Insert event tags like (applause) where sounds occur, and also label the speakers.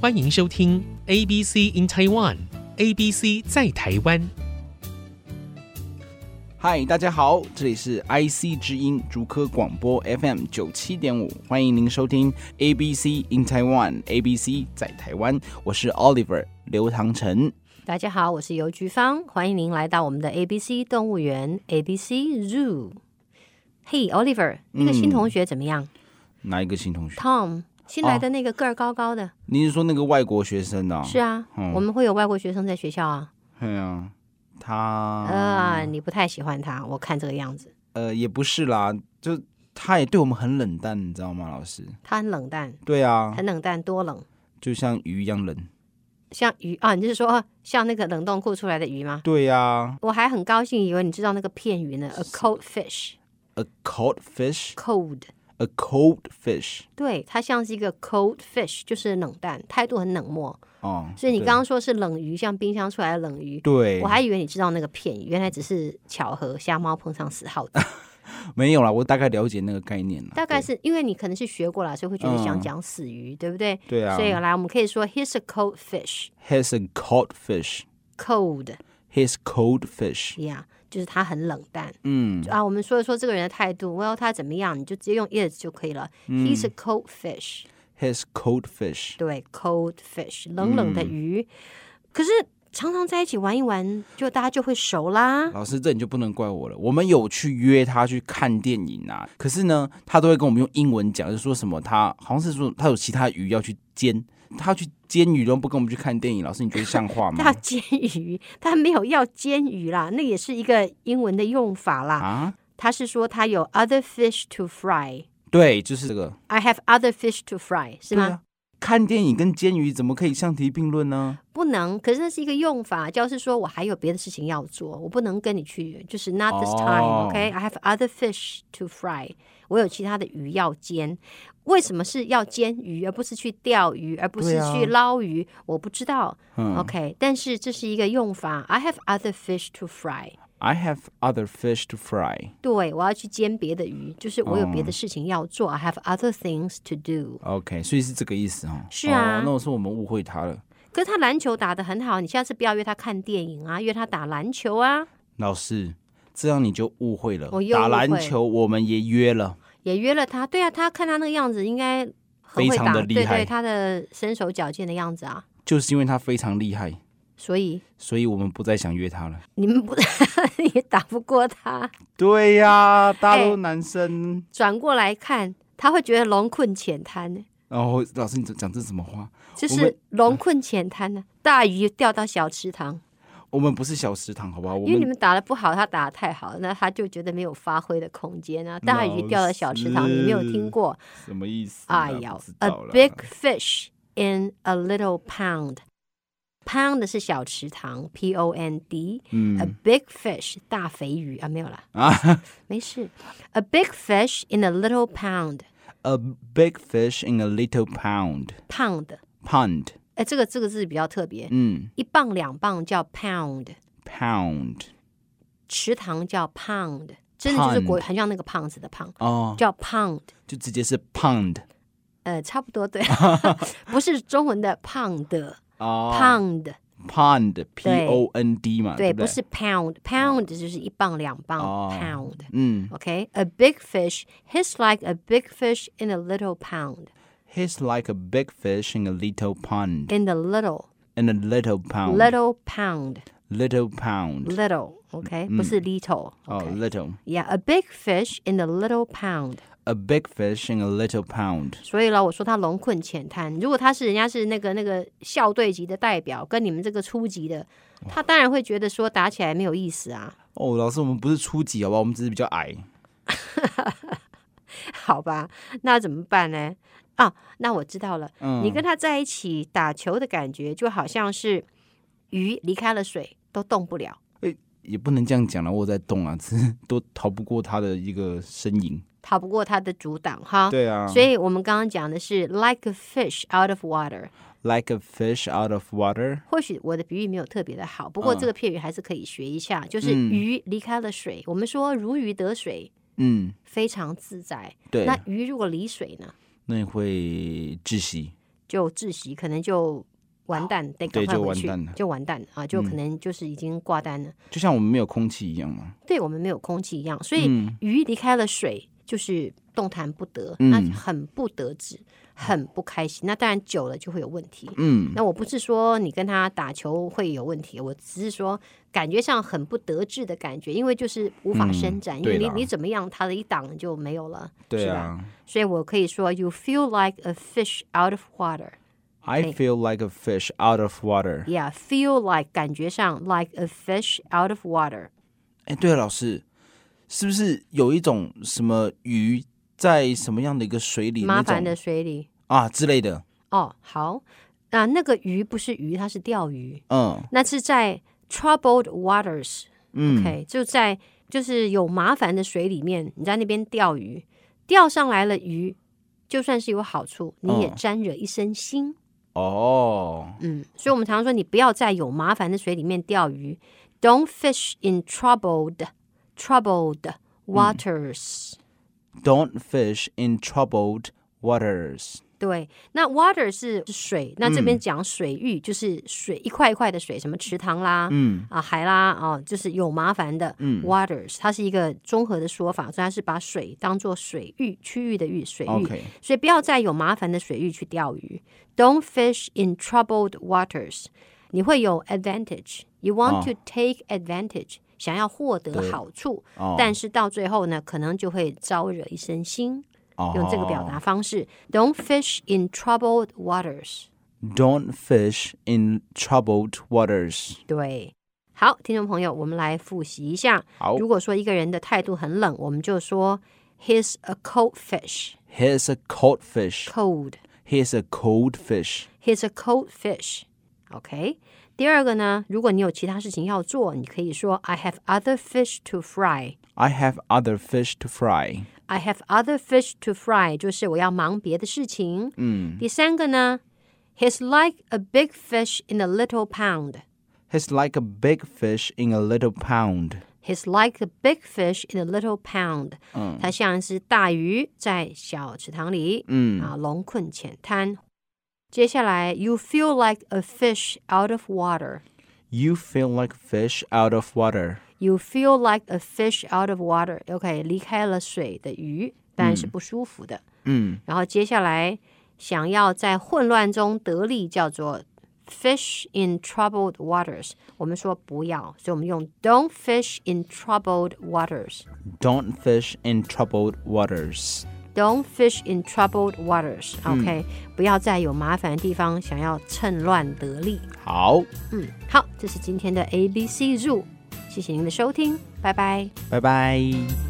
Speaker 1: 欢迎收听 ABC in Taiwan，ABC 在台湾。
Speaker 2: 嗨，大家好，这里是 IC 之音竹科广播 FM 九七点五，欢迎您收听 ABC in Taiwan，ABC 在台湾，我是 Oliver 刘唐晨。
Speaker 3: 大家好，我是邮局芳，欢迎您来到我们的 ABC 动物园 ABC Zoo。嘿、hey,，Oliver，那个新同学怎么样、
Speaker 2: 哪一个新同学？
Speaker 3: t o m 新来的那个个儿高高的，
Speaker 2: 你是说那个外国学生啊？
Speaker 3: 是啊，
Speaker 2: 嗯
Speaker 3: 我们会有外国学生在学校啊。
Speaker 2: 对啊，他
Speaker 3: 啊，你不太喜欢他，我看这个样子，
Speaker 2: 呃也不是啦，就他也对我们很冷淡，你知道吗，老师？
Speaker 3: 他很冷淡，
Speaker 2: 对啊，
Speaker 3: 很冷淡，多冷，
Speaker 2: 就像鱼一样冷。
Speaker 3: 像鱼啊，你是说像那个冷冻库出来的鱼吗？
Speaker 2: 对啊
Speaker 3: 我还很高兴，以为你知道那个片语呢，a cold fish，cold，
Speaker 2: ，a cold fish，a cold fish，
Speaker 3: 对，它像是一个 cold fish，就是冷淡，态度很冷漠。
Speaker 2: 哦、
Speaker 3: 所以你
Speaker 2: 对
Speaker 3: 刚刚说是冷鱼，像冰箱出来的冷鱼，
Speaker 2: 对，
Speaker 3: 我还以为你知道那个片语，原来只是巧合，瞎猫碰上死耗子。
Speaker 2: 没有啦，我大概了解那个概念了。
Speaker 3: 大概
Speaker 2: 啊对嗯
Speaker 3: 是因为你可能是学过了，所以会觉得想讲死鱼，对不对？
Speaker 2: 对啊
Speaker 3: 所以来，我们可以说 he's a cold fish,
Speaker 2: has a cold fish,
Speaker 3: cold, (laughs)
Speaker 2: his cold fish。
Speaker 3: yeah，就是他很冷淡。
Speaker 2: 嗯，
Speaker 3: 啊，我们说一说这个人的态度，well，他怎么样，你就直接用 is 就可以了。
Speaker 2: 嗯
Speaker 3: He's a cold fish，
Speaker 2: his cold fish。
Speaker 3: 对，cold fish，冷冷
Speaker 2: 嗯
Speaker 3: 的鱼。可是常常在一起玩一玩，就大家就会熟啦。
Speaker 2: 老师，这你就不能怪我了。我们有去约他去看电影啊，可是呢，他都会跟我们用英文讲，就说什么他好像是说他有其他鱼要去煎，他去煎鱼，然后不跟我们去看电影。老师，你觉得像话
Speaker 3: 他 (laughs)
Speaker 2: 吗？
Speaker 3: 煎鱼，他没有要煎鱼啦，那也是一个英文的用法啦。
Speaker 2: 啊，
Speaker 3: 他是说他有 other fish to fry。
Speaker 2: 对，就是这个，
Speaker 3: I have other fish to fry，是
Speaker 2: 对
Speaker 3: 吗？
Speaker 2: 啊。看电影跟煎鱼怎么可以相提并论呢？
Speaker 3: 不能，可是那是一个用法，就是说我还有别的事情要做，我不能跟你去，就是 not this
Speaker 2: 哦
Speaker 3: time，OK？I、have other fish to fry，我有其他的鱼要煎。为什么是要煎鱼，而不是去钓鱼，而不
Speaker 2: 对
Speaker 3: 是
Speaker 2: 啊
Speaker 3: 去捞鱼？我不知道、
Speaker 2: 嗯
Speaker 3: o k 但是这是一个用法，I have other fish to fry。
Speaker 2: I have other fish to fry.
Speaker 3: 对，我要去煎别的鱼，就是我有别
Speaker 2: 哦
Speaker 3: 的事情要做、i have other things to do。
Speaker 2: OK，所以是这个意思哦。
Speaker 3: 是啊
Speaker 2: 哦那我说我们误会他了。
Speaker 3: 可是他篮球打得很好，你下次不要约他看电影啊，约他打篮球啊，
Speaker 2: 老师，这样你就误会了。
Speaker 3: 我又误会
Speaker 2: 打篮球我们也约了，
Speaker 3: 也约了他。对啊，他看他那个样子，应该很
Speaker 2: 非
Speaker 3: 会
Speaker 2: 常
Speaker 3: 打，
Speaker 2: 地厉
Speaker 3: 对
Speaker 2: 害
Speaker 3: 对，他的身手矫健的样子啊。
Speaker 2: 就是因为他非常厉害，
Speaker 3: 所以
Speaker 2: 所以我们不再想约他了。
Speaker 3: 你们不 (laughs) 也打不过他。
Speaker 2: 对呀、大
Speaker 3: 家
Speaker 2: 家
Speaker 3: 都
Speaker 2: 都男生。
Speaker 3: 转过来看，他会觉得龙困浅滩呢，
Speaker 2: 然后哦老师，你讲这什么话？
Speaker 3: 就
Speaker 2: 我们
Speaker 3: 是龙困浅滩呢，大鱼掉到小池塘，
Speaker 2: 我们不是小食堂，好不好？我
Speaker 3: 因为你
Speaker 2: 们
Speaker 3: 们打的不好，他打的太好，那他就觉得没有发挥的空间啊。大鱼掉到小池塘，你没有听过？
Speaker 2: 什么意思啊？
Speaker 3: 哎呀
Speaker 2: 不知
Speaker 3: ，a
Speaker 2: 道啦
Speaker 3: big fish in a little pond。Pound 是小池塘，P O N D。A
Speaker 2: 嗯
Speaker 3: big fish 大肥鱼啊，没有啦，
Speaker 2: (laughs) 啊
Speaker 3: 没事。A big fish in a little pond
Speaker 2: ，a big fish in a little pound
Speaker 3: pound。
Speaker 2: pound，
Speaker 3: 哎，这个这个字比较特别，
Speaker 2: 嗯
Speaker 3: 一磅两磅叫 pound，
Speaker 2: ，pound
Speaker 3: 池塘叫 pound，真的就是国很像那个胖子的胖，
Speaker 2: 哦，
Speaker 3: 叫 pound。
Speaker 2: 就直接是 pound
Speaker 3: 呃，差不
Speaker 2: (laughs)
Speaker 3: 多对，不是中文的胖的
Speaker 2: 哦
Speaker 3: pound，
Speaker 2: pound p
Speaker 3: 对
Speaker 2: o n d 嘛，
Speaker 3: 对，
Speaker 2: 不
Speaker 3: 不是 pound，pound 就是一磅两磅
Speaker 2: 哦
Speaker 3: pound。
Speaker 2: 嗯
Speaker 3: OK，a big fish he's like a big fish in a little pound
Speaker 2: He's like a big fish in a little pond.
Speaker 3: in the little
Speaker 2: In a little 嗯 pound. 嗯
Speaker 3: little pound
Speaker 2: Little pound.
Speaker 3: little OK 不是 little
Speaker 2: Oh,
Speaker 3: OK
Speaker 2: little.
Speaker 3: yeah a big fish in a little pound。
Speaker 2: A big fish in a little pound.
Speaker 3: 所以呢，我说他龙困浅滩。如果他是人家是那个那个校队级的代表，跟你们这个初级的，他当然会觉得说打起来没有意思啊。
Speaker 2: 哦，Oh, 老师，我们不是初级，好不好？我们只是比较矮。
Speaker 3: (laughs) 好吧，那怎么办呢？啊，那我知道了。
Speaker 2: 嗯
Speaker 3: 你跟他在一起打球的感觉，就好像是鱼离开了水都动不了，
Speaker 2: 也不能这样讲了，我有在动啊，只是都逃不过他的一个身影。
Speaker 3: 逃不过他的阻挡哈。
Speaker 2: 对啊
Speaker 3: 所以我们刚刚讲的是 like a fish out of water。
Speaker 2: Like a fish out of water.
Speaker 3: 或许我的比喻没有特别的好，不过
Speaker 2: 嗯
Speaker 3: 这个片语还是可以学一下，就是
Speaker 2: 嗯
Speaker 3: 鱼离开了水，我们说如鱼得水，
Speaker 2: 嗯，
Speaker 3: 非常自在。
Speaker 2: 对，
Speaker 3: 那鱼如果离水呢？
Speaker 2: 那你会窒息。
Speaker 3: 就窒息，可能就完蛋，得赶
Speaker 2: 对
Speaker 3: 快
Speaker 2: 就
Speaker 3: 回
Speaker 2: 完
Speaker 3: 去
Speaker 2: 蛋了，嗯
Speaker 3: 就完蛋啊，就可能就是已经挂单了。
Speaker 2: 就像我们没有空气一样嘛。
Speaker 3: 对我们没有空气一样，所以
Speaker 2: 嗯，
Speaker 3: 鱼离开了水就是动弹不得，
Speaker 2: 嗯
Speaker 3: 那很不得志，很不开心。那当然久了就会有问题。
Speaker 2: 嗯，
Speaker 3: 那我不是说你跟他打球会有问题，我只是说感觉上很不得志的感觉，因为就是无法
Speaker 2: 嗯
Speaker 3: 伸展，因
Speaker 2: 对
Speaker 3: 为你
Speaker 2: 啦
Speaker 3: 你怎么样，他的一档就没有了，
Speaker 2: 对
Speaker 3: 是吧？
Speaker 2: 啊
Speaker 3: 所以我可以说，you feel like a fish out of water。
Speaker 2: ，I feel like a fish out of water。
Speaker 3: Yeah, feel like 感觉上 like a fish out of water。
Speaker 2: 哎，对了，老师，是不是有一种什么鱼在什么样的一个水里
Speaker 3: 麻
Speaker 2: 那
Speaker 3: 烦的
Speaker 2: 种
Speaker 3: 水里
Speaker 2: 啊之类的？
Speaker 3: 哦，好，那、那个鱼不是鱼，它是钓鱼，
Speaker 2: 嗯
Speaker 3: 那是在 troubled waters。
Speaker 2: 嗯
Speaker 3: OK，、就在就是有麻烦的水里面，你在那边钓鱼，钓上来了鱼，就算是有好处，你也
Speaker 2: 嗯
Speaker 3: 沾惹一身腥。
Speaker 2: 哦，
Speaker 3: 嗯，所以我们常常说，你不要在有麻烦的水里面钓鱼，Don't fish in troubled
Speaker 2: 嗯
Speaker 3: troubled waters、
Speaker 2: Don't fish in troubled waters。
Speaker 3: 对，那 water 是水，那这边
Speaker 2: 嗯
Speaker 3: 讲水域、就是水一块一块的水，什么池塘啦，
Speaker 2: 嗯
Speaker 3: 啊海啦，哦，就是有麻烦的。
Speaker 2: 嗯
Speaker 3: waters 它是一个综合的说法，所以它是把水当做水域区域的域水域
Speaker 2: ，OK，
Speaker 3: 所以不要在有麻烦的水域去钓鱼。Don't fish in troubled waters，你会有 advantage。You
Speaker 2: 哦
Speaker 3: want to take advantage，、想要获得
Speaker 2: 对
Speaker 3: 好处，
Speaker 2: 哦，
Speaker 3: 但是到最后呢，可能就会招惹一身腥。用这个表达
Speaker 2: 哦
Speaker 3: 方式，Don't fish in troubled waters。
Speaker 2: Don't fish in troubled waters。
Speaker 3: 对，好，听众朋友，我们来复习一下。
Speaker 2: 好
Speaker 3: 如果说一个人的态度很冷，我们就说 He's a cold fish。
Speaker 2: Here's a cold fish.
Speaker 3: Cold。
Speaker 2: Here's a cold fish.
Speaker 3: He's a cold fish。OK。第二个呢，如果你有其他事情要做，你可以说 I have other fish to fry。
Speaker 2: I have other fish to fry.
Speaker 3: I have other fish to fry，就是我要忙别的事情。嗯。第三个呢，He's like a big fish in a little pound。
Speaker 2: He's like a big fish in a little pond.
Speaker 3: He's like a big fish in a little pond。嗯，它像是大鱼在小池塘里，嗯啊，龙困浅滩。接下来，You feel like a fish out of water。
Speaker 2: You feel like fish out of water.
Speaker 3: You feel like a fish out of water。OK，离开了水的鱼，当然是不舒服的。
Speaker 2: 嗯，
Speaker 3: 然后接下来，想要在混乱中得利，叫做 fish in troubled waters。我们说不要，所以我们用 don't fish in troubled waters。
Speaker 2: Don't fish in troubled waters.
Speaker 3: Don't fish in troubled waters. OK，、不要在有麻烦的地方想要趁乱得利。
Speaker 2: 好，
Speaker 3: 嗯，好，这是今天的 ABC Zoo，谢谢您的收听，拜拜。
Speaker 2: 拜拜。